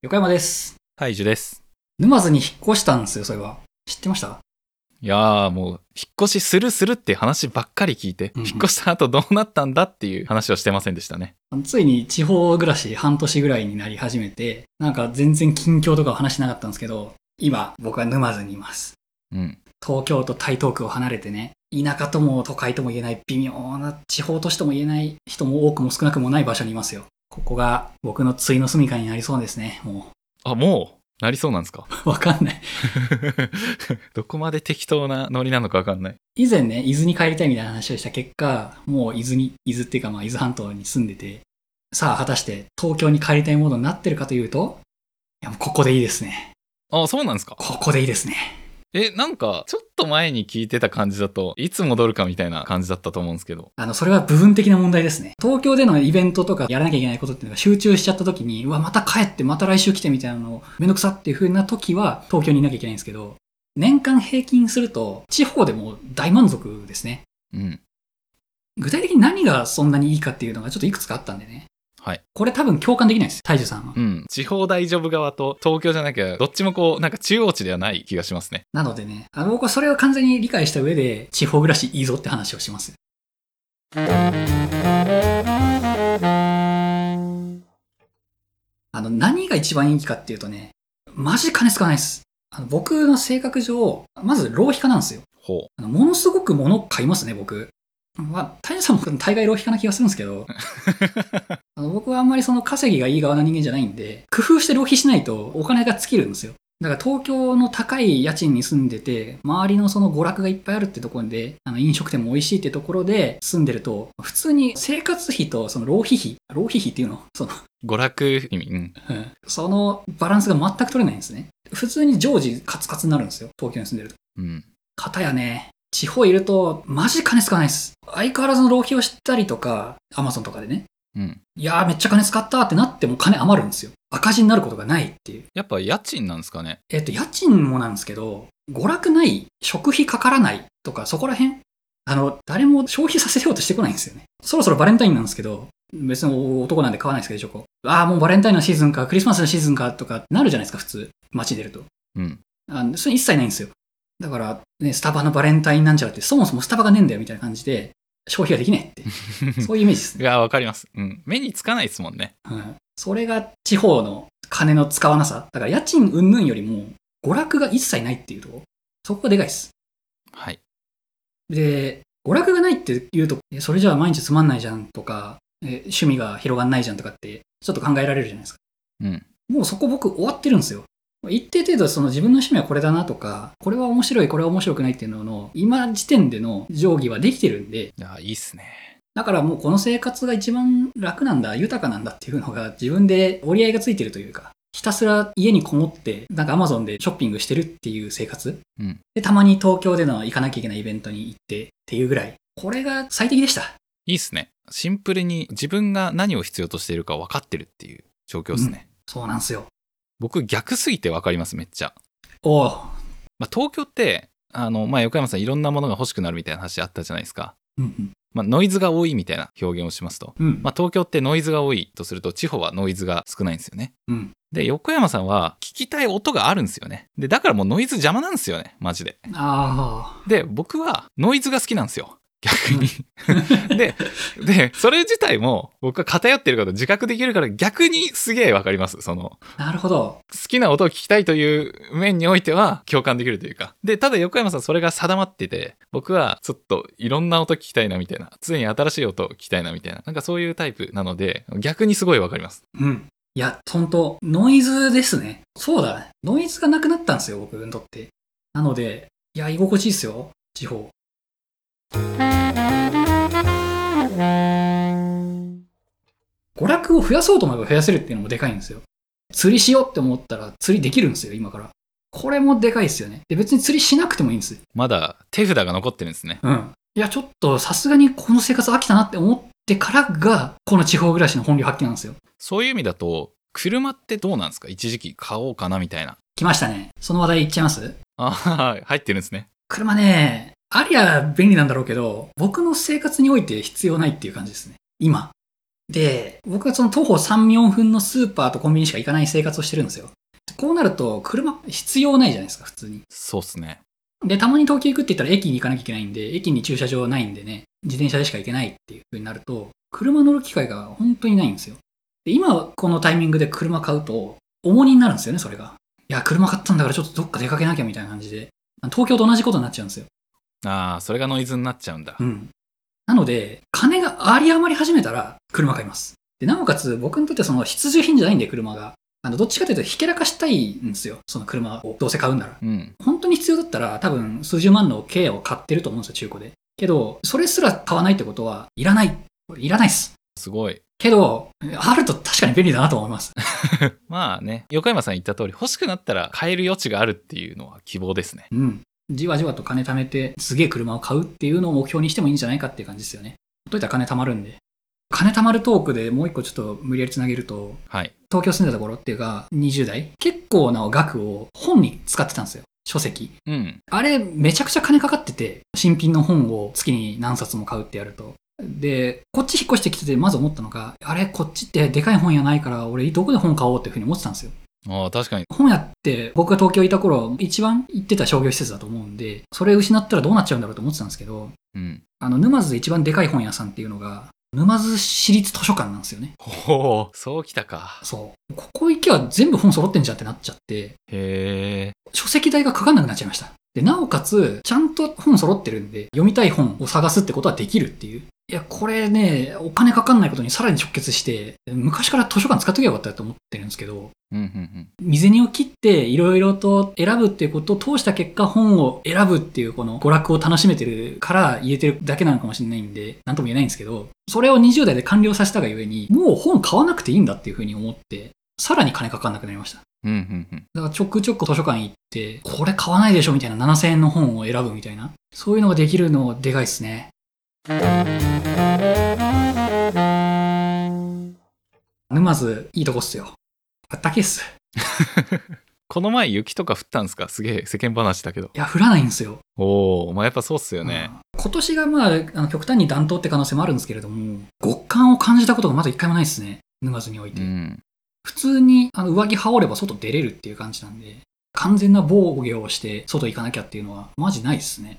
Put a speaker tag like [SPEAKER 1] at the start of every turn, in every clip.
[SPEAKER 1] 横山です。
[SPEAKER 2] 大樹です。
[SPEAKER 1] 沼津に引っ越したんですよ、それは。知ってました
[SPEAKER 2] いやーもう、引っ越しするするって話ばっかり聞いて、
[SPEAKER 1] うんうん
[SPEAKER 2] 引っ越した後どうなったんだっていう話をしてませんでしたね。
[SPEAKER 1] ついに地方暮らし半年ぐらいになり始めて、なんか全然近況とかは話してなかったんですけど、今僕は沼津にいます。
[SPEAKER 2] うん。
[SPEAKER 1] 東京と台東区を離れてね、田舎とも都会とも言えない微妙な地方都市とも言えない人も多くも少なくもない場所にいますよ。ここが僕のついの住みかになりそうですね、も
[SPEAKER 2] あ、もう、なりそうなんですか
[SPEAKER 1] う。 わかんない。
[SPEAKER 2] どこまで適当なノリなのかわかんない。
[SPEAKER 1] 以前ね、伊豆に帰りたいみたいな話をした結果、もう伊豆に、伊豆っていうかまあ伊豆半島に住んでて、さあ果たして東京に帰りたいものになってるかというと、いやもうここでいいですね。
[SPEAKER 2] あ、そうなんですか
[SPEAKER 1] ここでいいですね。
[SPEAKER 2] え、なんか、ちょっと前に聞いてた感じだと、いつ戻るかみたいな感じだったと思うんですけど。
[SPEAKER 1] あの、それは部分的な問題ですね。東京でのイベントとかやらなきゃいけないことっていうのが集中しちゃった時に、うわ、また帰って、また来週来てみたいなのめんどくさっていう風な時は東京にいなきゃいけないんですけど、年間平均すると地方でも大満足ですね。
[SPEAKER 2] うん。
[SPEAKER 1] 具体的に何がそんなにいいかっていうのがちょっといくつかあったんでね。
[SPEAKER 2] はい。
[SPEAKER 1] これ多分共感できないです。大樹さんは
[SPEAKER 2] う。ん。地方大丈夫側と東京じゃなきゃ、どっちもこう、なんか中央値ではない気がしますね。
[SPEAKER 1] なのでね、あの僕はそれを完全に理解した上で、地方暮らしいいぞって話をします。あの、何が一番いいかっていうとね、マジ金使わないです。あの僕の性格上、まず浪費家なんですよ。
[SPEAKER 2] ほ
[SPEAKER 1] あのものすごく物を買いますね、僕。まあ、大樹さんも大概浪費家な気がするんですけど、あの僕はあんまりその稼ぎがいい側な人間じゃないんで、工夫して浪費しないとお金が尽きるんですよ。だから東京の高い家賃に住んでて、周りのその娯楽がいっぱいあるってところで、あの飲食店も美味しいってところで住んでると、普通に生活費とその浪費費、浪費費っていうのその、
[SPEAKER 2] う。娯楽意味。うん。
[SPEAKER 1] うんそのバランスが全く取れないんですね。普通に常時カツカツになるんですよ、東京に住んでると。
[SPEAKER 2] うん。
[SPEAKER 1] 方やね、地方いると、マジ金使わないです。相変わらずの浪費をしたりとか、アマゾンとかでね、
[SPEAKER 2] うん。
[SPEAKER 1] いやーめっちゃ金使ったってなっても金余るんですよ。赤字になることがないっていう。
[SPEAKER 2] やっぱ家賃なんですかね。
[SPEAKER 1] えっと、家賃もなんですけど、娯楽ない、食費かからないとか、そこら辺あの、誰も消費させようとしてこないんですよね。そろそろバレンタインなんですけど、別に男なんで買わないですけど、チョコ。ああ、もうバレンタインのシーズンか、クリスマスのシーズンかとかなるじゃないですか、普通。街出ると。
[SPEAKER 2] うん。
[SPEAKER 1] あのそれ一切ないんですよ。だから、ね、スタバのバレンタインなんちゃらって、そもそもスタバがねえんだよみたいな感じで、消費ができないって。そういうイメージです
[SPEAKER 2] い
[SPEAKER 1] ね。
[SPEAKER 2] や、わかります。うん。目につかないですもんね。
[SPEAKER 1] うん、それが地方の金の使わなさ。だから家賃云々よりも、娯楽が一切ないっていうとこ。そこがでかいです。
[SPEAKER 2] はい。
[SPEAKER 1] で、娯楽がないって言うと、えそれじゃあ毎日つまんないじゃんとか、え趣味が広がんないじゃんとかって、ちょっと考えられるじゃないですか。
[SPEAKER 2] うん。
[SPEAKER 1] もうそこ僕終わってるんですよ。一定程度その自分の趣味はこれだなとか、これは面白い、これは面白くないっていうのの、今時点での定義はできてるんで、
[SPEAKER 2] いや、いいっすね。
[SPEAKER 1] だからもうこの生活が一番楽なんだ、豊かなんだっていうのが自分で折り合いがついてるというか、ひたすら家にこもって、なんか Amazon でショッピングしてるっていう生活。
[SPEAKER 2] うん
[SPEAKER 1] で、たまに東京での行かなきゃいけないイベントに行ってっていうぐらい、これが最適でした。
[SPEAKER 2] いいっすね。シンプルに自分が何を必要としているか分かってるっていう状況ですね。
[SPEAKER 1] そうなんですよ。
[SPEAKER 2] 僕、逆すぎて分かります、めっちゃ。
[SPEAKER 1] おう。
[SPEAKER 2] まあ、東京って、あの、まあ、横山さんいろんなものが欲しくなるみたいな話あったじゃないですか。
[SPEAKER 1] うん
[SPEAKER 2] まあ、ノイズが多いみたいな表現をしますと。
[SPEAKER 1] うん。うん。
[SPEAKER 2] まあ、東京ってノイズが多いとすると、地方はノイズが少ないんですよね。
[SPEAKER 1] うん。
[SPEAKER 2] で、横山さんは聞きたい音があるんですよね。で、だからもうノイズ邪魔なんですよね、マジで。
[SPEAKER 1] あ
[SPEAKER 2] で、僕はノイズが好きなんですよ。逆に。で、で、それ自体も僕は偏ってること自覚できるから逆にすげえわかります。その、
[SPEAKER 1] あ。なるほど。
[SPEAKER 2] 好きな音を聞きたいという面においては共感できるというか。で、ただ横山さんそれが定まってて、僕はちょっといろんな音聞きたいなみたいな、常に新しい音を聞きたいなみたいな、なんかそういうタイプなので、逆にすごいわかります。
[SPEAKER 1] うん。いや、本当ノイズですね。そうだね。ノイズがなくなったんですよ、僕にとって。なので、いや、居心地いいですよ、地方。娯楽を増やそうと思えば増やせるっていうのもでかいんですよ。釣りしようって思ったら釣りできるんですよ、今から。これもでかいですよね。で、別に釣りしなくてもいいんですよ。
[SPEAKER 2] まだ手札が残ってるんですね。
[SPEAKER 1] うん。いや、ちょっとさすがにこの生活飽きたなって思ってからが、この地方暮らしの本領発揮なんですよ。
[SPEAKER 2] そういう意味だと、車ってどうなんですか一時期買おうかなみたいな。
[SPEAKER 1] 来ましたね。その話題いっちゃいます
[SPEAKER 2] あはい入ってるんですね。
[SPEAKER 1] 車ね、ありゃ便利なんだろうけど、僕の生活において必要ないっていう感じですね。今。で、僕はその徒歩3、4分のスーパーとコンビニしか行かない生活をしてるんですよ。こうなると、車必要ないじゃないですか、普通に。
[SPEAKER 2] そうっすね。
[SPEAKER 1] で、たまに東京行くって言ったら駅に行かなきゃいけないんで、駅に駐車場はないんでね、自転車でしか行けないっていう風になると、車乗る機会が本当にないんですよ。で、今このタイミングで車買うと、重荷になるんですよね、それが。いや、車買ったんだからちょっとどっか出かけなきゃみたいな感じで、東京と同じことになっちゃうんですよ。
[SPEAKER 2] ああ、それがノイズになっちゃうんだ
[SPEAKER 1] う。ん。なので、金があり余り始めたら、車買います。で、なおかつ、僕にとってその必需品じゃないんで、車が。あの、どっちかというと、ひけらかしたいんですよ。その車を、どうせ買うんなら。
[SPEAKER 2] うん。
[SPEAKER 1] 本当に必要だったら、多分、数十万のケアを買ってると思うんですよ、中古で。けど、それすら買わないってことは、いらない。これいらないっす。
[SPEAKER 2] すごい。
[SPEAKER 1] けど、あると確かに便利だなと思います。
[SPEAKER 2] まあね、横山さん言った通り、欲しくなったら買える余地があるっていうのは希望ですね。
[SPEAKER 1] うん。じわじわと金貯めて、すげえ車を買うっていうのを目標にしてもいいんじゃないかっていう感じですよね。ほっといたら金貯まるんで。金貯まるトークでもう一個ちょっと無理やりつなげると、
[SPEAKER 2] はい。
[SPEAKER 1] 東京住んでた頃っていうか、20代、結構な額を本に使ってたんですよ。書籍。
[SPEAKER 2] うん。
[SPEAKER 1] あれ、めちゃくちゃ金かかってて、新品の本を月に何冊も買うってやると。で、こっち引っ越してきてて、まず思ったのが、あれ、こっちってでかい本屋ないから、俺、どこで本買おうっていうふうに思ってたんですよ。
[SPEAKER 2] ああ、確かに。
[SPEAKER 1] 本屋って僕が東京いた頃一番行ってた商業施設だと思うんでそれ失ったらどうなっちゃうんだろうと思ってたんですけど
[SPEAKER 2] うん。
[SPEAKER 1] あの沼津で一番でかい本屋さんっていうのが沼津市立図書館なんですよね
[SPEAKER 2] ほう、そうきたか。
[SPEAKER 1] そうここ行けば全部本揃ってんじゃんってなっちゃって
[SPEAKER 2] へえ。
[SPEAKER 1] 書籍代がかかんなくなっちゃいましたでなおかつちゃんと本揃ってるんで読みたい本を探すってことはできるっていういやこれねお金かかんないことにさらに直結して昔から図書館使っときゃよかったと思ってるんですけど
[SPEAKER 2] うんうんうん。
[SPEAKER 1] 身銭を切っていろいろと選ぶっていうことを通した結果本を選ぶっていうこの娯楽を楽しめてるから言えてるだけなのかもしれないんで何とも言えないんですけどそれを20代で完了させたがゆえにもう本買わなくていいんだっていうふうに思ってさらに金かかんなくなりました
[SPEAKER 2] うんうんうん。
[SPEAKER 1] だからちょくちょく図書館行ってこれ買わないでしょみたいな7000円の本を選ぶみたいなそういうのができるのでかいっすね沼津いいとこっすよあったけっす
[SPEAKER 2] この前雪とか降ったんすかすげえ世間話だけど。
[SPEAKER 1] いや降らないんですよ
[SPEAKER 2] おお、まあやっぱそうっすよね。
[SPEAKER 1] うん今年がまああの極端に暖冬って可能性もあるんですけれども極寒を感じたことがまだ一回もないですね沼津においうて、
[SPEAKER 2] ん。
[SPEAKER 1] 普通にあの上着羽織れば外出れるっていう感じなんで完全な防御をして外行かなきゃっていうのはマジないですね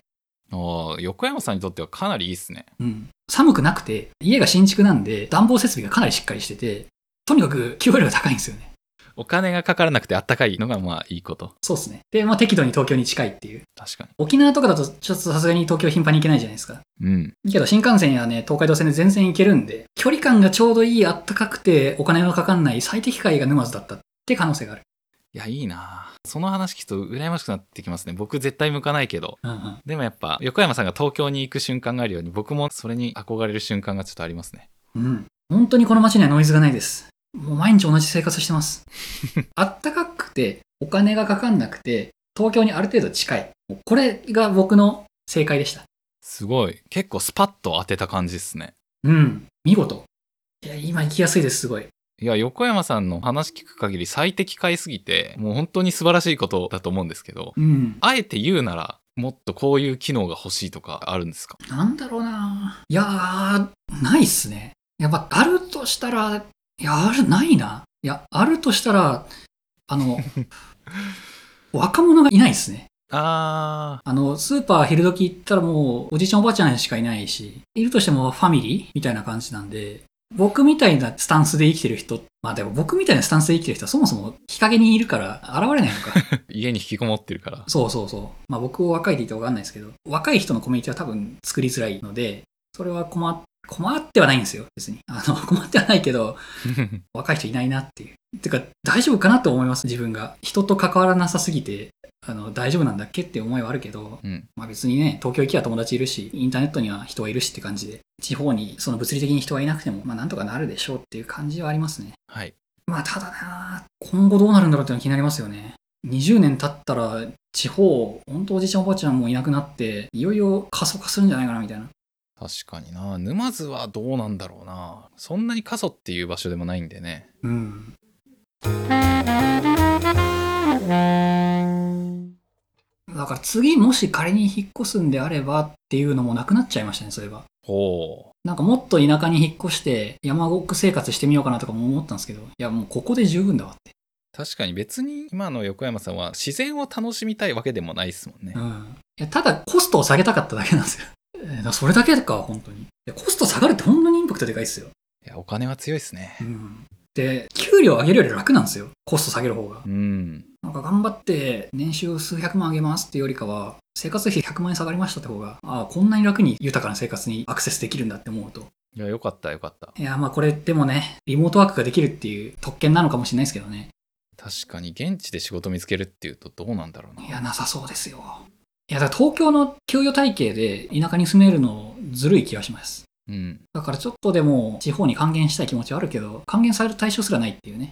[SPEAKER 2] ああ、横山さんにとってはかなりいいっすね。
[SPEAKER 1] うん寒くなくて家が新築なんで暖房設備がかなりしっかりしててとにかく給料が高いんですよね
[SPEAKER 2] お金がかからなくてあったかいのがまあいいこと。
[SPEAKER 1] そうですねでまあ適度に東京に近いっていう
[SPEAKER 2] 確か
[SPEAKER 1] 沖縄とかだとちょっとさすがに東京頻繁に行けないじゃないですか
[SPEAKER 2] に。うん。
[SPEAKER 1] いいけど新幹線やね、東海道線で全然行けるんで、距離感がちょうどいい、あったかくて、お金のかかんない最適解が沼津だったって可能性がある。
[SPEAKER 2] いや、いいなその話聞くと羨ましくなってきますね。僕絶対向かないけど。
[SPEAKER 1] うんうん。
[SPEAKER 2] でもやっぱ、横山さんが東京に行く瞬間があるように、僕もそれに憧れる瞬間がちょっとありますね。
[SPEAKER 1] うん。本当にこの街にはノイズがないです。もう毎日同じ生活して ます。あったかくて、お金がかかんなくて、東京にある程度近い。もうこれが僕の正解でした。
[SPEAKER 2] すごい。結構スパッと当てた感じですね。
[SPEAKER 1] うん。見事。いや、今行きやすいです、すごい。
[SPEAKER 2] いや、横山さんの話聞く限り最適解すぎて、もう本当に素晴らしいことだと思うんですけど、
[SPEAKER 1] うん。
[SPEAKER 2] あえて言うなら、もっとこういう機能が欲しいとかあるんですか
[SPEAKER 1] なんだろうないやー、ないっすね。やっぱ、あるとしたら、いや、ある、ないな。いや、あるとしたら、あの、若者がいないっすね。
[SPEAKER 2] あ
[SPEAKER 1] あの、スーパー昼時行ったらもう、おじいちゃんおばあちゃんしかいないし、いるとしてもファミリーみたいな感じなんで、僕みたいなスタンスで生きてる人、まあでも僕みたいなスタンスで生きてる人はそもそも日陰にいるから現れないのか。
[SPEAKER 2] ー、 家に引きこもってるから。
[SPEAKER 1] そうそうそう。まあ僕を若いって言ってわかんないですけど、若い人のコミュニティは多分作りづらいので、それは困っ、困ってはないんですよ、別に。あの、 困ってはないけど、若い人いないなっていう。てか、大丈夫かなと思います、自分が。人と関わらなさすぎて、あの、大丈夫なんだっけって思いはあるけど、
[SPEAKER 2] うん。
[SPEAKER 1] まあ別にね、東京行きは友達いるし、インターネットには人はいるしって感じで、地方にその物理的に人がいなくても、まあなんとかなるでしょうっていう感じはありますね。
[SPEAKER 2] はい。
[SPEAKER 1] まあただな今後どうなるんだろうっていうのは気になりますよね20年経ったら地方本当おじいちゃんおばあちゃんもいなくなっていよいよ過疎化するんじゃないかなみたいな
[SPEAKER 2] 確かにな沼津はどうなんだろうなそんなに過疎っていう場所でもないんでね。
[SPEAKER 1] うんだから次もし仮に引っ越すんであればっていうのもなくなっちゃいましたねそういえば
[SPEAKER 2] ほ
[SPEAKER 1] なんかもっと田舎に引っ越して山奥生活してみようかなとかも思ったんですけど、いやもうここで十分だわって。
[SPEAKER 2] 確かに別に今の横山さんは自然を楽しみたいわけでもないですもんね
[SPEAKER 1] う。ん。いや、ただコストを下げたかっただけなんですよ。えーだからそれだけか、本当に。いやコスト下がるって本当にインパクトでかいっすよ。
[SPEAKER 2] いや、お金は強いですね
[SPEAKER 1] う。ん。で、給料上げるより楽なんですよ。コスト下げる方が。
[SPEAKER 2] うん。
[SPEAKER 1] なんか頑張って年収数百万上げますっていうよりかは、生活費100万円下がりましたって方が、ああ、こんなに楽に豊かな生活にアクセスできるんだって思うと。
[SPEAKER 2] いや、よかったよかった。
[SPEAKER 1] いや、まあこれでもね、リモートワークができるっていう特権なのかもしれないですけどね。
[SPEAKER 2] 確かに現地で仕事見つけるっていうとどうなんだろうな。
[SPEAKER 1] いや、なさそうですよ。いや、だから東京の給与体系で田舎に住めるのずるい気がします。
[SPEAKER 2] うん。
[SPEAKER 1] だからちょっとでも地方に還元したい気持ちはあるけど、還元される対象すらないっていうね。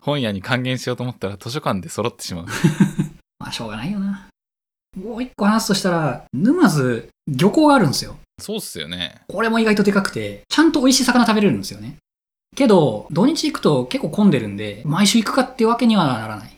[SPEAKER 2] 本屋に還元しようと思ったら図書館で揃ってしまう。
[SPEAKER 1] まあしょうがないよな。もう一個話すとしたら、沼津漁港があるんですよ。
[SPEAKER 2] そうっすよね。
[SPEAKER 1] これも意外とでかくて、ちゃんと美味しい魚食べれるんですよね。けど、土日行くと結構混んでるんで、毎週行くかっていうわけにはならない。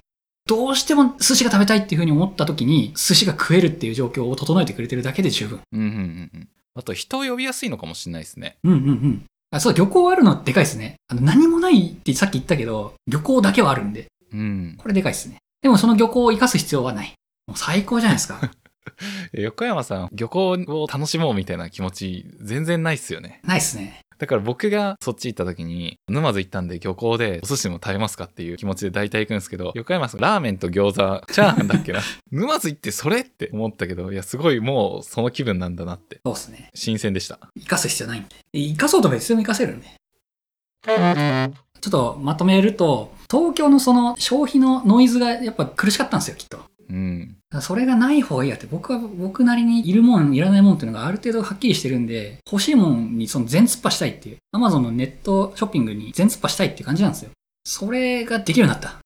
[SPEAKER 1] どうしても寿司が食べたいっていうふうに思った時に、寿司が食えるっていう状況を整えてくれてるだけで十分。
[SPEAKER 2] うんうんうんうん。あと人を呼びやすいのかもしれないですね。
[SPEAKER 1] うんうんうん。あそう、漁港あるのでかいですね。あの、何もないってさっき言ったけど、漁港だけはあるんで、
[SPEAKER 2] うん。
[SPEAKER 1] これでかいですね。でもその漁港を生かす必要はない。もう最高じゃないですか。
[SPEAKER 2] 横山さん、漁港を楽しもうみたいな気持ち全然ないっすよね。
[SPEAKER 1] ないっすね。
[SPEAKER 2] だから僕がそっち行った時に、沼津行ったんで漁港でお寿司でも食べますかっていう気持ちで大体行くんですけど、横山さん、ラーメンと餃子、チャーハンだっ けな。沼津行ってそれって思ったけど、いや、すごいもうその気分なんだなって。
[SPEAKER 1] そうっすね。
[SPEAKER 2] 新鮮でした。
[SPEAKER 1] 生かす必要ないんで。生かそうと思えばいつでも生かせるんで。ちょっとまとめると、東京のその消費のノイズがやっぱ苦しかったんですよ、きっと。だか
[SPEAKER 2] うん。
[SPEAKER 1] らそれがない方がいいやって、僕は僕なりにいるもん、いらないもんっていうのがある程度はっきりしてるんで、欲しいもんにその全突破したいっていう、Amazon のネットショッピングに全突破したいっていう感じなんですよ。それができるようになった。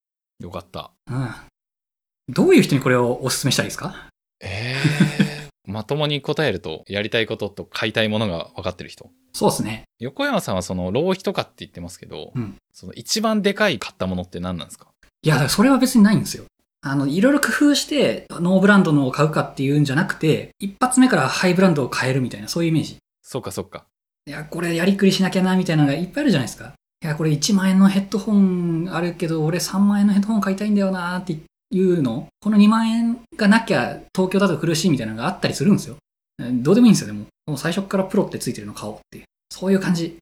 [SPEAKER 2] よかった。
[SPEAKER 1] うん。どういう人にこれをお勧めしたらいいですか
[SPEAKER 2] え ー、まともに答えると、やりたいことと買いたいものが分かってる人。
[SPEAKER 1] そうですね。
[SPEAKER 2] 横山さんはその浪費とかって言ってますけど、
[SPEAKER 1] うん
[SPEAKER 2] その一番でかい買ったものって何なんですか
[SPEAKER 1] いや、だからそれは別にないんですよ。あの、いろいろ工夫して、ノーブランドのを買うかっていうんじゃなくて、一発目からハイブランドを買えるみたいな、そういうイメージ。
[SPEAKER 2] そうかそうか。
[SPEAKER 1] いや、これやりくりしなきゃな、みたいなのがいっぱいあるじゃないですか。いや、これ1万円のヘッドホンあるけど、俺3万円のヘッドホン買いたいんだよな、っていうの。この2万円がなきゃ、東京だと苦しいみたいなのがあったりするんですよ。うんどうでもいいんですよ、でも。もう最初からプロってついてるの買おうっていう。そういう感じ。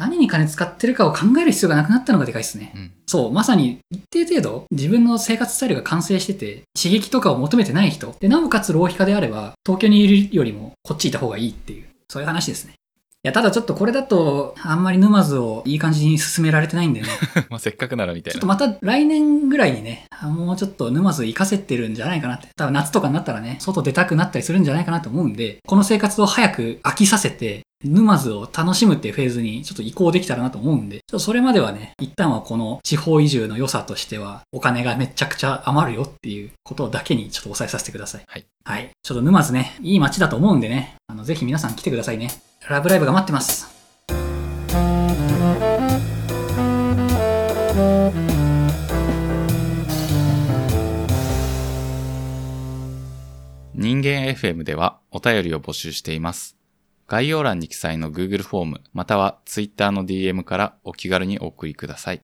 [SPEAKER 1] 何に金使ってるかを考える必要がなくなったのがでかいですね。
[SPEAKER 2] うん。
[SPEAKER 1] そう、まさに一定程度自分の生活スタイルが完成してて、刺激とかを求めてない人、で、なおかつ浪費家であれば、東京にいるよりもこっちいた方がいいっていう、そういう話ですね。いや、ただちょっとこれだと、あんまり沼津をいい感じに進められてないんでね、
[SPEAKER 2] まあせっかくならみたい
[SPEAKER 1] ちょっ
[SPEAKER 2] な
[SPEAKER 1] と。また来年ぐらいにね、あもうちょっと沼津行かせてるんじゃないかなって、多分夏とかになったらね、外出たくなったりするんじゃないかなと思うんで、この生活を早く飽きさせて、沼津を楽しむっていうフェーズにちょっと移行できたらなと思うんで、ちょっとそれまではね、一旦はこの地方移住の良さとしては、お金がめちゃくちゃ余るよっていうことだけにちょっと抑えさせてください。
[SPEAKER 2] はい。
[SPEAKER 1] はい。ちょっと沼津ね、いい街だと思うんでね、あの、ぜひ皆さん来てくださいね。ラブライブが待ってます。
[SPEAKER 2] 人間 FM ではお便りを募集しています。概要欄に記載の Google フォームまたは Twitter の DM からお気軽にお送りください。